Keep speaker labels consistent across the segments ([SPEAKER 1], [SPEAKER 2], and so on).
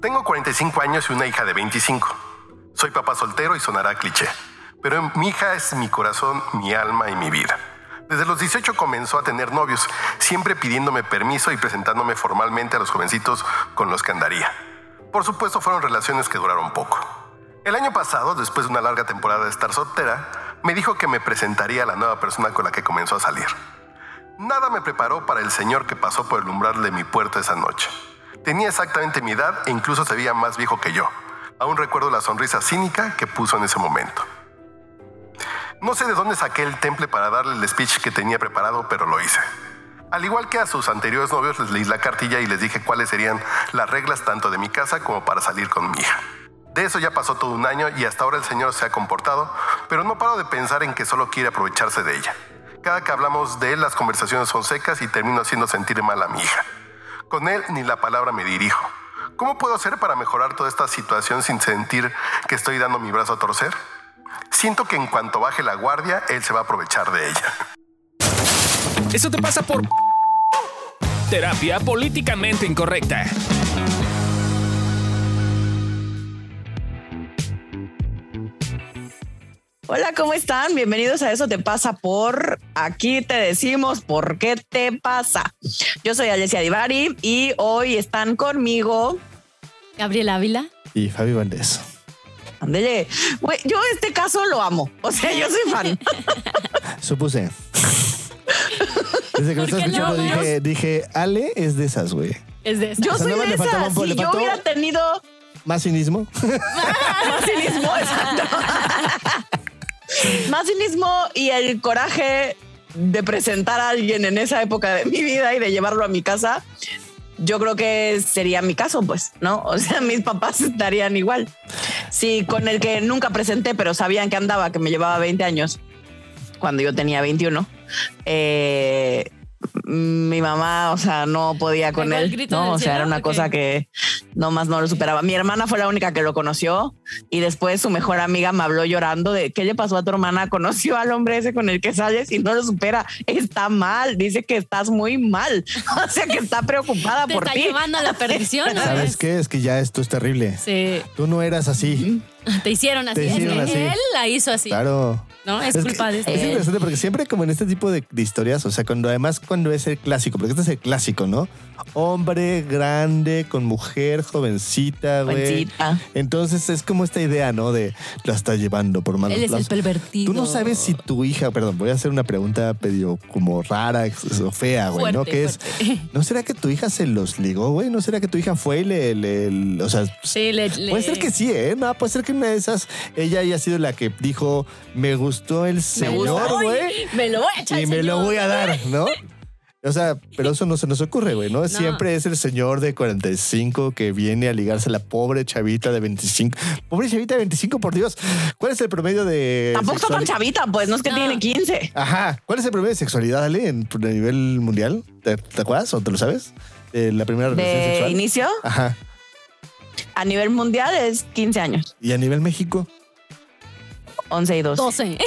[SPEAKER 1] Tengo 45 años y una hija de 25. Soy papá soltero y sonará cliché, pero mi hija es mi corazón, mi alma y mi vida. Desde los 18 comenzó a tener novios, siempre pidiéndome permiso y presentándome formalmente a los jovencitos con los que andaría. Por supuesto fueron relaciones que duraron poco. El año pasado, después de una larga temporada de estar soltera, me dijo que me presentaría a la nueva persona con la que comenzó a salir. Nada me preparó para el señor que pasó por el umbral de mi puerta esa noche. Tenía exactamente mi edad e incluso se veía más viejo que yo. Aún recuerdo la sonrisa cínica que puso en ese momento. No sé de dónde saqué el temple para darle el speech que tenía preparado, pero lo hice. Al igual que a sus anteriores novios, les leí la cartilla y les dije cuáles serían las reglas tanto de mi casa como para salir con mi hija. De eso ya pasó todo un año y hasta ahora el señor se ha comportado, pero no paro de pensar en que solo quiere aprovecharse de ella. Cada que hablamos de él, las conversaciones son secas y termino haciendo sentir mal a mi hija. Con él ni la palabra me dirijo. ¿Cómo puedo hacer para mejorar toda esta situación sin sentir que estoy dando mi brazo a torcer? Siento que en cuanto baje la guardia, él se va a aprovechar de ella.
[SPEAKER 2] Eso te pasa por terapia políticamente incorrecta.
[SPEAKER 3] Hola, ¿cómo están? Bienvenidos a Eso Te Pasa por. Aquí te decimos por qué te pasa. Yo soy Alessia Divari y hoy están conmigo.
[SPEAKER 4] Gabriel Ávila.
[SPEAKER 5] Y Fabi Valdés.
[SPEAKER 3] Ándele. Güey, Yo este caso lo amo. O sea, yo soy fan.
[SPEAKER 5] Supuse. Desde que lo
[SPEAKER 4] ¿Por
[SPEAKER 5] estaba
[SPEAKER 4] qué no,
[SPEAKER 5] escuchando
[SPEAKER 4] güey?
[SPEAKER 5] dije, dije, Ale es de esas, güey.
[SPEAKER 4] Es de esa.
[SPEAKER 3] Yo
[SPEAKER 5] O sea,
[SPEAKER 3] soy
[SPEAKER 5] nada más
[SPEAKER 3] de
[SPEAKER 5] le faltaba
[SPEAKER 3] esas.
[SPEAKER 5] un po- le
[SPEAKER 3] Si yo
[SPEAKER 5] faltó-
[SPEAKER 3] hubiera tenido
[SPEAKER 5] Más cinismo.
[SPEAKER 3] más cinismo, exacto. más cinismo y el coraje de presentar a alguien en esa época de mi vida y de llevarlo a mi casa, yo creo que sería mi caso, pues, ¿no? O sea, mis papás estarían igual. Sí, con el que nunca presenté, pero sabían que andaba, que me llevaba 20 años, cuando yo tenía 21, eh, mi mamá, o sea, no podía con
[SPEAKER 4] Pegó el
[SPEAKER 3] él,
[SPEAKER 4] grito
[SPEAKER 3] ¿no?
[SPEAKER 4] del
[SPEAKER 3] O sea, era
[SPEAKER 4] cielo,
[SPEAKER 3] una
[SPEAKER 4] ¿o qué?
[SPEAKER 3] cosa que nomás no lo superaba. Mi hermana fue la única que lo conoció y después su mejor amiga me habló llorando de qué le pasó a tu hermana. Conoció al hombre ese con el que sales y no lo supera. Está mal, dice que estás muy mal. O sea, que está preocupada
[SPEAKER 4] Te
[SPEAKER 3] por
[SPEAKER 4] está
[SPEAKER 3] ti.
[SPEAKER 4] llevando a la perdición. ¿no?
[SPEAKER 5] ¿Sabes
[SPEAKER 4] Es-
[SPEAKER 5] qué? Es que ya esto es terrible.
[SPEAKER 4] Sí,
[SPEAKER 5] Tú no eras así.
[SPEAKER 4] te hicieron así.
[SPEAKER 5] Te hicieron
[SPEAKER 4] es que
[SPEAKER 5] así.
[SPEAKER 4] él la hizo así.
[SPEAKER 5] Claro.
[SPEAKER 4] ¿No? Es,
[SPEAKER 5] Es
[SPEAKER 4] culpa
[SPEAKER 5] que-
[SPEAKER 4] de este.
[SPEAKER 5] Es interesante porque siempre como en este tipo de, de historias, o sea, cuando además cuando es el clásico, porque este es el clásico, ¿no? Hombre grande con mujer jovencita, güey.
[SPEAKER 3] Juancita.
[SPEAKER 5] Entonces es como esta idea, ¿no? De la está llevando por malos
[SPEAKER 4] Él es el
[SPEAKER 5] lazos.
[SPEAKER 4] pervertido.
[SPEAKER 5] Tú no sabes si tu hija, perdón, voy a hacer una pregunta medio como rara ex- o fea, güey, ¿no?
[SPEAKER 4] Fuerte,
[SPEAKER 5] Que es,
[SPEAKER 4] fuerte.
[SPEAKER 5] ¿no será que tu hija se los ligó, güey? ¿No será que tu hija fue y le, le- le- o sea,
[SPEAKER 4] Sí, le, le-
[SPEAKER 5] puede ser que sí, ¿eh? No, puede ser que una de esas ella haya sido la que dijo, me gustó el
[SPEAKER 4] Me gusta.
[SPEAKER 5] señor,
[SPEAKER 4] Ay,
[SPEAKER 5] güey,
[SPEAKER 4] Me lo voy a echar.
[SPEAKER 5] y me lo
[SPEAKER 4] señor.
[SPEAKER 5] voy a dar, ¿no? O sea, pero eso no se nos ocurre, güey, ¿no?
[SPEAKER 4] No.
[SPEAKER 5] Siempre es el señor de 45 que viene a ligarse a la pobre chavita de 25. Pobre chavita de 25, por Dios. ¿Cuál es el promedio de
[SPEAKER 3] Tampoco está tan
[SPEAKER 5] sexuali-
[SPEAKER 3] chavita, pues no es que
[SPEAKER 4] No.
[SPEAKER 3] tiene 15.
[SPEAKER 5] Ajá. ¿Cuál es el promedio de sexualidad, Ale, en, a nivel mundial? ¿Te, te acuerdas o te lo sabes? De la primera relación
[SPEAKER 3] De
[SPEAKER 5] sexual.
[SPEAKER 3] inicio,
[SPEAKER 5] Ajá.
[SPEAKER 3] a nivel mundial es 15 años,
[SPEAKER 5] ¿Y a nivel México?
[SPEAKER 3] 11 y 2.
[SPEAKER 4] 12.
[SPEAKER 5] Ah.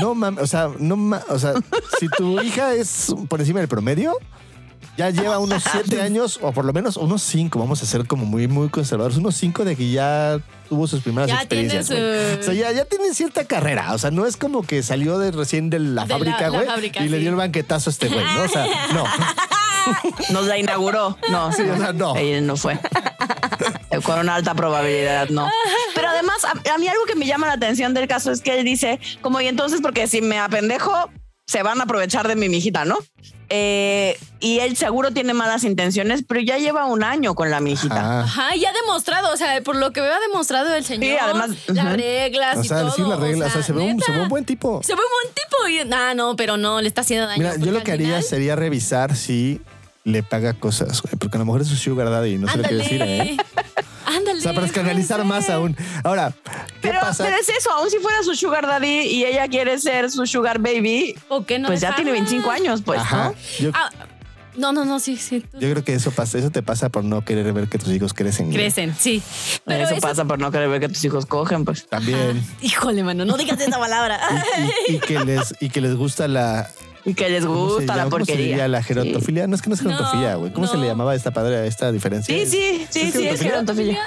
[SPEAKER 5] No mames, o sea, no ma- o sea, si tu hija es por encima del promedio, ya lleva unos siete años o por lo menos unos cinco, vamos a ser como muy, muy conservadores, unos cinco de que ya tuvo sus primeras
[SPEAKER 4] Ya tiene
[SPEAKER 5] experiencias.
[SPEAKER 4] su.
[SPEAKER 5] güey. O sea, ya, ya tienen cierta carrera. O sea, no es como que salió de recién de la
[SPEAKER 4] De la-
[SPEAKER 5] fábrica,
[SPEAKER 4] la
[SPEAKER 5] güey,
[SPEAKER 4] fábrica,
[SPEAKER 5] y le
[SPEAKER 4] sí.
[SPEAKER 5] dio el banquetazo a este güey, ¿no? O sea, no.
[SPEAKER 3] Nos la inauguró. No,
[SPEAKER 5] Sí, o sea, no.
[SPEAKER 3] Ella no fue. Eh, Con una alta probabilidad, no. Pero además, a, a mí algo que me llama la atención del caso es que él dice, como, y entonces, porque si me apendejo, se van a aprovechar de mi mijita, ¿no? Eh, y él seguro tiene malas intenciones, pero ya lleva un año con la mijita.
[SPEAKER 5] Ajá.
[SPEAKER 4] Ajá, y ha demostrado, o sea, por lo que veo ha demostrado el señor.
[SPEAKER 3] Sí, además,
[SPEAKER 4] Las
[SPEAKER 3] ujú.
[SPEAKER 4] reglas
[SPEAKER 5] O
[SPEAKER 4] y
[SPEAKER 5] sea,
[SPEAKER 4] todo.
[SPEAKER 5] decir la regla. O sea, se ve, un,
[SPEAKER 4] neta,
[SPEAKER 5] se ve un buen tipo.
[SPEAKER 4] Se ve un buen tipo y. Ah, no, pero no, le está haciendo daño.
[SPEAKER 5] Mira, yo
[SPEAKER 4] porque
[SPEAKER 5] lo
[SPEAKER 4] al
[SPEAKER 5] que haría
[SPEAKER 4] final-
[SPEAKER 5] sería revisar si le paga cosas, güey. Porque a lo mejor es su sugar daddy, no sé lo que decir, ¿eh?
[SPEAKER 4] Ándale.
[SPEAKER 5] O sea, para escandalizar
[SPEAKER 4] puede
[SPEAKER 5] más
[SPEAKER 4] ser.
[SPEAKER 5] aún. Ahora, ¿qué
[SPEAKER 3] Pero,
[SPEAKER 5] pasa?
[SPEAKER 3] pero es eso, aún si fuera su sugar daddy y ella quiere ser su sugar baby,
[SPEAKER 4] ¿Por qué no
[SPEAKER 3] pues ya
[SPEAKER 4] dejarla?
[SPEAKER 3] tiene 25 años, pues,
[SPEAKER 5] Ajá.
[SPEAKER 3] ¿no?
[SPEAKER 5] Yo,
[SPEAKER 4] Ah, no, no, no, sí, sí. tú-
[SPEAKER 5] yo creo que eso pasa, eso te pasa por no querer ver que tus hijos crecen. güey.
[SPEAKER 4] Crecen, sí. Pero
[SPEAKER 3] eso,
[SPEAKER 4] eso- Ah,
[SPEAKER 3] pasa por no querer ver que tus hijos cogen, pues.
[SPEAKER 5] También.
[SPEAKER 4] Híjole, mano, no digas esa palabra.
[SPEAKER 5] Y, y- y que les, y que les gusta la
[SPEAKER 3] y que les
[SPEAKER 5] ¿Cómo se
[SPEAKER 3] gusta
[SPEAKER 5] llama?
[SPEAKER 3] la
[SPEAKER 5] ¿Cómo se diría
[SPEAKER 3] porquería.
[SPEAKER 5] la gerontofilia? No es que no es
[SPEAKER 4] No,
[SPEAKER 5] gerontofilia, güey. ¿Cómo se
[SPEAKER 4] no.
[SPEAKER 5] le llamaba a esta padre a esta diferencia?
[SPEAKER 3] Sí,
[SPEAKER 5] Es-
[SPEAKER 3] sí, sí, sí, es gerontofilia.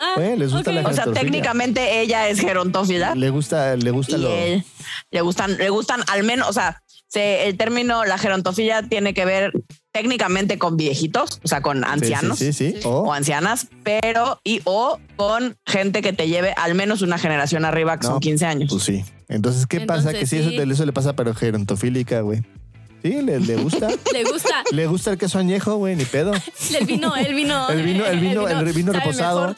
[SPEAKER 4] Ah,
[SPEAKER 5] Güey, les gusta
[SPEAKER 4] ok.
[SPEAKER 5] la
[SPEAKER 3] O sea,
[SPEAKER 5] Gerontofilia.
[SPEAKER 3] técnicamente ella es gerontófila
[SPEAKER 5] Le gusta, le gusta
[SPEAKER 3] y
[SPEAKER 5] lo.
[SPEAKER 3] él- le gustan, le gustan al menos, o sea, se- el término la gerontofilia tiene que ver técnicamente con viejitos, o sea, con
[SPEAKER 5] Sí, sí,
[SPEAKER 3] ancianos.
[SPEAKER 5] Sí, Oh. sí, O,
[SPEAKER 3] o ancianas, pero y o con gente que te lleve al menos una generación arriba, que
[SPEAKER 5] No,
[SPEAKER 3] son 15 años.
[SPEAKER 5] Pues sí. Entonces, ¿qué pasa?
[SPEAKER 4] Entonces,
[SPEAKER 5] Que si eso,
[SPEAKER 4] sí.
[SPEAKER 5] te- eso le pasa, pero gerontofílica, güey. Sí, le, le gusta.
[SPEAKER 4] Le gusta.
[SPEAKER 5] le gusta el queso añejo, güey, ni pedo.
[SPEAKER 4] El vino, el vino.
[SPEAKER 5] El vino, el vino, el vino,
[SPEAKER 4] sabe
[SPEAKER 5] reposado.
[SPEAKER 4] mejor.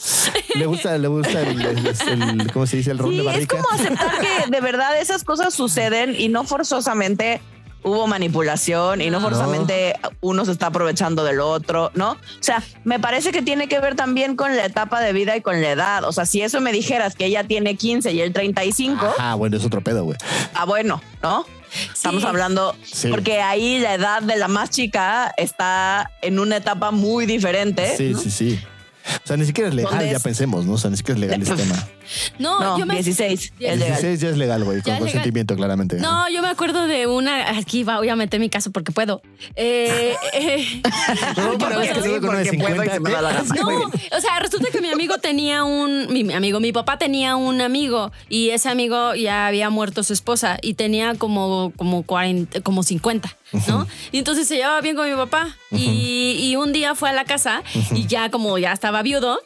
[SPEAKER 5] Le gusta, le gusta el, el- el- ¿cómo se dice? El ron
[SPEAKER 3] Sí,
[SPEAKER 5] de
[SPEAKER 3] es
[SPEAKER 5] barrica.
[SPEAKER 3] como aceptar que de verdad esas cosas suceden y no forzosamente hubo manipulación y no
[SPEAKER 4] No.
[SPEAKER 3] forzosamente uno se está aprovechando del otro, ¿no? O sea, me parece que tiene que ver también con la etapa de vida y con la edad. O sea, si eso me dijeras que ella tiene 15 y él 35,
[SPEAKER 5] Ah, bueno, es otro pedo, güey.
[SPEAKER 3] ah, bueno, ¿no? Estamos
[SPEAKER 4] Sí.
[SPEAKER 3] hablando,
[SPEAKER 5] Sí.
[SPEAKER 3] porque ahí la edad de la más chica está en una etapa muy diferente.
[SPEAKER 5] Sí,
[SPEAKER 3] ¿Eh? ¿no?
[SPEAKER 5] sí, sí. O sea, ni siquiera es legal,
[SPEAKER 3] ¿Dónde
[SPEAKER 5] ya
[SPEAKER 3] es?
[SPEAKER 5] pensemos, ¿no? O sea, ni siquiera es legal este tema.
[SPEAKER 4] No,
[SPEAKER 3] No,
[SPEAKER 4] yo me.
[SPEAKER 3] 16. Es legal.
[SPEAKER 5] 16 ya es legal, güey,
[SPEAKER 4] Ya
[SPEAKER 5] con
[SPEAKER 4] es legal.
[SPEAKER 5] consentimiento, claramente.
[SPEAKER 4] No, yo me acuerdo de una. Aquí va, voy a meter mi caso porque puedo. Eh, eh,
[SPEAKER 3] Ah,
[SPEAKER 5] No,
[SPEAKER 4] yo
[SPEAKER 5] pero
[SPEAKER 4] me
[SPEAKER 5] es que
[SPEAKER 4] acuerdo-
[SPEAKER 5] luego con uno de
[SPEAKER 3] porque puedo y se me da la
[SPEAKER 5] 50,
[SPEAKER 3] gana.
[SPEAKER 5] ¿eh?
[SPEAKER 4] No, o sea, resulta que mi amigo tenía un. Mi mi amigo, mi papá tenía un amigo y ese amigo ya había muerto su esposa y tenía como, como, 40, como 50, ¿no? Y entonces se llevaba bien con mi papá y, y un día fue a la casa y ya como ya estaba viudo.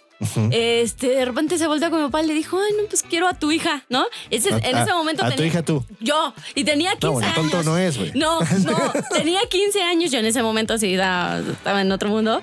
[SPEAKER 4] Este, de repente se volteó con mi papá y le dijo, ay, no, pues quiero a tu hija, ¿no? Ese-
[SPEAKER 5] A-
[SPEAKER 4] en
[SPEAKER 5] a-
[SPEAKER 4] ese momento
[SPEAKER 5] a tu
[SPEAKER 4] tenía-
[SPEAKER 5] hija tú.
[SPEAKER 4] Yo, y tenía 15
[SPEAKER 5] No, bueno, tonto
[SPEAKER 4] años.
[SPEAKER 5] no es, güey.
[SPEAKER 4] No, no, tenía 15 años, yo en ese momento sí da- estaba en otro mundo,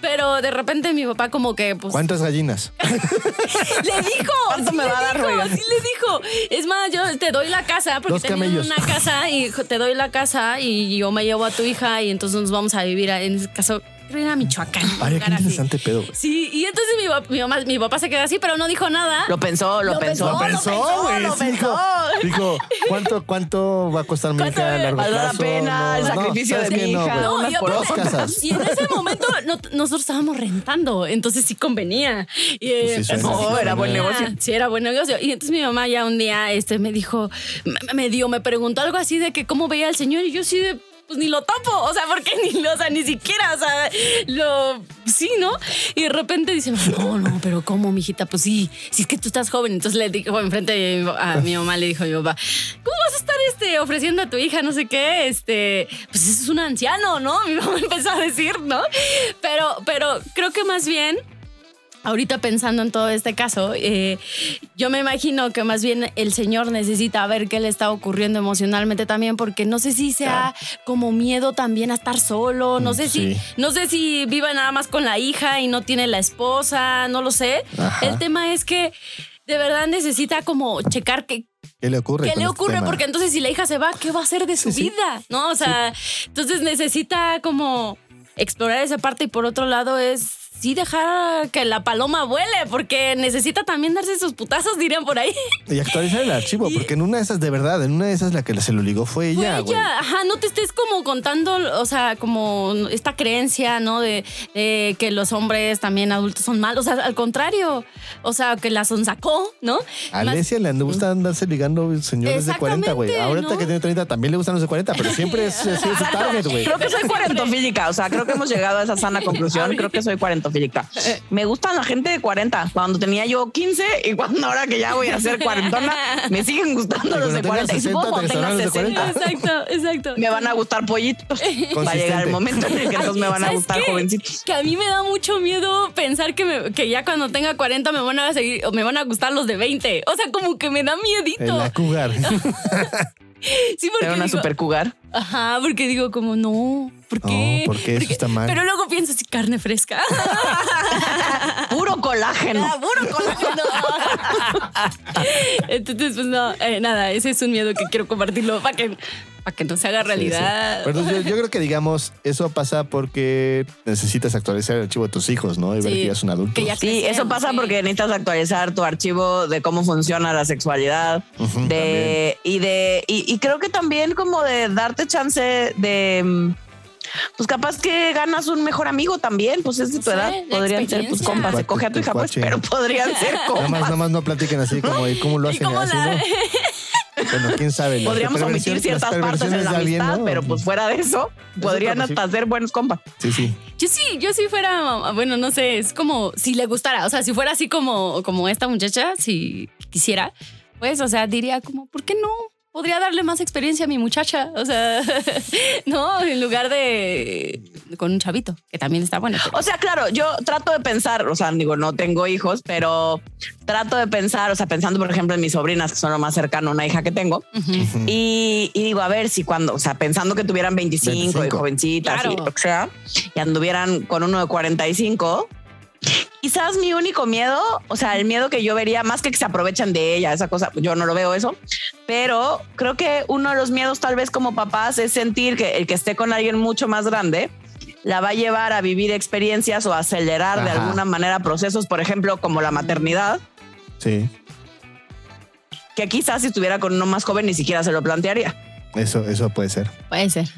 [SPEAKER 4] pero de repente mi papá como que pues
[SPEAKER 5] ¿Cuántas gallinas?
[SPEAKER 4] le dijo,
[SPEAKER 3] ¿Cuánto
[SPEAKER 4] sí
[SPEAKER 3] me
[SPEAKER 4] le
[SPEAKER 3] va a dar,
[SPEAKER 4] dijo,
[SPEAKER 3] oiga?
[SPEAKER 4] sí le dijo. Es más, yo te doy la casa porque
[SPEAKER 5] Dos
[SPEAKER 4] tenía
[SPEAKER 5] camellos.
[SPEAKER 4] una casa y jo- te doy la casa y yo me llevo a tu hija y entonces nos vamos a vivir a- en ese caso creo que era Michoacán. un
[SPEAKER 5] Ay,
[SPEAKER 4] lugar
[SPEAKER 5] qué
[SPEAKER 4] así.
[SPEAKER 5] interesante pedo, güey.
[SPEAKER 4] Sí, y entonces mi, pap- mi mamá- mi papá se quedó así, pero no dijo nada.
[SPEAKER 3] Lo pensó, lo,
[SPEAKER 4] Lo
[SPEAKER 3] pensó.
[SPEAKER 4] pensó, lo pensó,
[SPEAKER 5] güey.
[SPEAKER 3] lo
[SPEAKER 5] sí, dijo,
[SPEAKER 3] pensó.
[SPEAKER 5] dijo, ¿cuánto, ¿cuánto va a costar mi
[SPEAKER 4] ¿Cuánto
[SPEAKER 5] hija a
[SPEAKER 4] me-
[SPEAKER 5] largo
[SPEAKER 3] valdrá la
[SPEAKER 5] plazo?
[SPEAKER 3] pena el sacrificio
[SPEAKER 5] ¿sabes
[SPEAKER 3] de
[SPEAKER 5] qué?
[SPEAKER 3] mi hija?
[SPEAKER 5] güey.
[SPEAKER 3] No,
[SPEAKER 4] y
[SPEAKER 3] unas por
[SPEAKER 4] aparte-
[SPEAKER 5] otras. casas.
[SPEAKER 4] Y en ese momento no- nosotros estábamos rentando, entonces sí convenía. Y, eh,
[SPEAKER 5] Pues sí, suena,
[SPEAKER 3] no,
[SPEAKER 5] sí,
[SPEAKER 3] era
[SPEAKER 5] suena.
[SPEAKER 3] buen negocio.
[SPEAKER 4] Sí, era buen negocio. Y entonces mi mamá ya un día este, me dijo, me, me dio, me preguntó algo así de que cómo veía al señor y yo sí de, pues ni lo topo, o sea, porque ni lo, o sea, ni siquiera, o sea, lo, sí, ¿no? Y de repente dice, no, no, pero ¿cómo, mijita? Pues sí, si es que tú estás joven. Entonces le dijo, enfrente de mi- a mi mamá le dijo mi papá, ¿cómo vas a estar este, ofreciendo a tu hija no sé qué? Este, pues eso es un anciano, ¿no? Mi mamá empezó a decir, ¿no? Pero, pero creo que más bien ahorita pensando en todo este caso, eh, yo me imagino que más bien el señor necesita ver qué le está ocurriendo emocionalmente también, porque no sé si sea como miedo también a estar solo, no
[SPEAKER 5] Mm,
[SPEAKER 4] sé
[SPEAKER 5] sí.
[SPEAKER 4] si, no sé si viva nada más con la hija y no tiene la esposa, no lo sé.
[SPEAKER 5] Ajá.
[SPEAKER 4] El tema es que de verdad necesita como checar qué,
[SPEAKER 5] ¿Qué le ocurre?
[SPEAKER 4] ¿Qué
[SPEAKER 5] con
[SPEAKER 4] le
[SPEAKER 5] este
[SPEAKER 4] ocurre?
[SPEAKER 5] tema?
[SPEAKER 4] Porque entonces si la hija se va, ¿qué va a hacer de su
[SPEAKER 5] Sí, sí.
[SPEAKER 4] vida? ¿No? O sea, entonces necesita como explorar esa parte y por otro lado es sí dejar que la paloma vuele porque necesita también darse sus putazos, dirían por ahí.
[SPEAKER 5] Y actualizar el archivo, porque en una de esas, de verdad, en una de esas la que se lo ligó fue
[SPEAKER 4] Fue
[SPEAKER 5] ella,
[SPEAKER 4] ella,
[SPEAKER 5] güey.
[SPEAKER 4] ajá, no te estés como contando, o sea, como esta creencia, ¿no? De, de que los hombres también adultos son malos, o sea, al contrario, o sea, que la sonsacó, ¿no? Más- Mm.
[SPEAKER 5] Alesia le gusta andarse ligando señores de 40, güey.
[SPEAKER 4] Exactamente,
[SPEAKER 5] Ahorita
[SPEAKER 4] ¿no?
[SPEAKER 5] que tiene 30 también le gustan los de 40, pero siempre es, es, es su target, güey.
[SPEAKER 3] Creo que soy cuarentofílica, o sea, creo que hemos llegado a esa sana conclusión. Creo que soy cuarentofílica. Me gustan la gente de 40. Cuando tenía yo 15 y cuando ahora que ya voy a ser cuarentona, me siguen gustando
[SPEAKER 5] Y
[SPEAKER 3] los
[SPEAKER 5] cuando
[SPEAKER 3] de
[SPEAKER 5] tengas
[SPEAKER 3] 40. Y
[SPEAKER 5] 60,
[SPEAKER 3] supongo
[SPEAKER 5] te
[SPEAKER 3] cuando tenga
[SPEAKER 5] gustarán los de
[SPEAKER 3] 60,
[SPEAKER 5] 40.
[SPEAKER 4] Exacto, exacto.
[SPEAKER 3] me van a gustar pollitos. Va a llegar
[SPEAKER 5] Consistente.
[SPEAKER 3] el momento en el que entonces me van a
[SPEAKER 4] ¿Sabes
[SPEAKER 3] gustar
[SPEAKER 4] qué?
[SPEAKER 3] jovencitos.
[SPEAKER 4] Que a mí me da mucho miedo pensar que, me- que ya cuando tenga 40 me van a seguir, o me van a gustar los de 20. O sea, como que me da
[SPEAKER 5] En
[SPEAKER 4] miedito.
[SPEAKER 5] la cougar.
[SPEAKER 4] Sí, porque
[SPEAKER 3] Era una
[SPEAKER 4] digo,
[SPEAKER 3] super cugar.
[SPEAKER 4] Ajá, porque digo como, no, ¿por
[SPEAKER 5] No,
[SPEAKER 4] qué?
[SPEAKER 5] porque Oh, eso está mal.
[SPEAKER 4] Pero luego pienso así, carne fresca.
[SPEAKER 5] ah,
[SPEAKER 3] Puro colágeno.
[SPEAKER 4] Ah, puro colágeno. Entonces, pues no, eh, nada, ese es un miedo que quiero compartirlo para que, pa' que no se haga realidad.
[SPEAKER 5] Sí, sí. Pero yo, yo creo que, digamos, eso pasa porque necesitas actualizar el archivo de tus hijos, ¿no? Y ver
[SPEAKER 4] Sí,
[SPEAKER 5] que ya son adultos.
[SPEAKER 4] Pues que ya-
[SPEAKER 3] Sí, eso
[SPEAKER 4] crecieron,
[SPEAKER 3] pasa
[SPEAKER 4] sí.
[SPEAKER 3] porque necesitas actualizar tu archivo de cómo funciona la sexualidad
[SPEAKER 5] Ujú,
[SPEAKER 3] de, y de y, y creo que también como de darte chance de mm, pues capaz que ganas un mejor amigo también, pues es de
[SPEAKER 4] No
[SPEAKER 3] tu
[SPEAKER 4] sé,
[SPEAKER 3] edad,
[SPEAKER 4] la
[SPEAKER 3] podrían ser tus
[SPEAKER 4] experiencia.
[SPEAKER 3] compas, se
[SPEAKER 5] Cuate,
[SPEAKER 3] coge a tu
[SPEAKER 5] tu
[SPEAKER 3] hija pues,
[SPEAKER 5] cuache.
[SPEAKER 3] pero podrían ser
[SPEAKER 5] Nada
[SPEAKER 3] compas.
[SPEAKER 5] más, nada más no platiquen así como, ¿y cómo lo
[SPEAKER 4] ¿Y
[SPEAKER 5] hacen?
[SPEAKER 4] cómo
[SPEAKER 5] así,
[SPEAKER 4] la-
[SPEAKER 5] ¿no? Bueno, quién sabe. las
[SPEAKER 3] Podríamos
[SPEAKER 5] perversiones-
[SPEAKER 3] omitir
[SPEAKER 5] las
[SPEAKER 3] ciertas partes de
[SPEAKER 5] perversiones
[SPEAKER 3] la
[SPEAKER 5] da bien,
[SPEAKER 3] amistad,
[SPEAKER 5] ¿no?
[SPEAKER 3] pero pues fuera de eso, podrían
[SPEAKER 5] creo que
[SPEAKER 3] hasta
[SPEAKER 5] sí.
[SPEAKER 3] ser buenos compas.
[SPEAKER 5] Sí, sí.
[SPEAKER 4] Yo sí, yo sí fuera, bueno, no sé, es como si le gustara, o sea, si fuera así como, como esta muchacha, si quisiera, pues, o sea, diría como, ¿por qué no? Podría darle más experiencia a mi muchacha, o sea, no, en lugar de con un chavito, que también está bueno. pero-
[SPEAKER 3] O sea, claro, yo trato de pensar, o sea, digo, no tengo hijos, pero trato de pensar, o sea, pensando, por ejemplo, en mis sobrinas, que son lo más cercano a una hija que tengo,
[SPEAKER 4] Ujú.
[SPEAKER 3] y, y digo, a ver si cuando, o sea, pensando que tuvieran 25, y
[SPEAKER 5] 25.
[SPEAKER 3] jovencitas y
[SPEAKER 4] Claro.
[SPEAKER 3] lo que sea, y anduvieran con uno de 45. Quizás mi único miedo, o sea, el miedo que yo vería, más que que se aprovechan de ella, esa cosa, pues yo no lo veo eso, pero creo que uno de los miedos tal vez como papás es sentir que el que esté con alguien mucho más grande la va a llevar a vivir experiencias o a acelerar de
[SPEAKER 5] Ajá.
[SPEAKER 3] alguna manera procesos, por ejemplo, como la maternidad,
[SPEAKER 5] Sí.
[SPEAKER 3] que quizás si estuviera con uno más joven ni siquiera se lo plantearía.
[SPEAKER 5] Eso, eso puede ser.
[SPEAKER 4] Puede ser.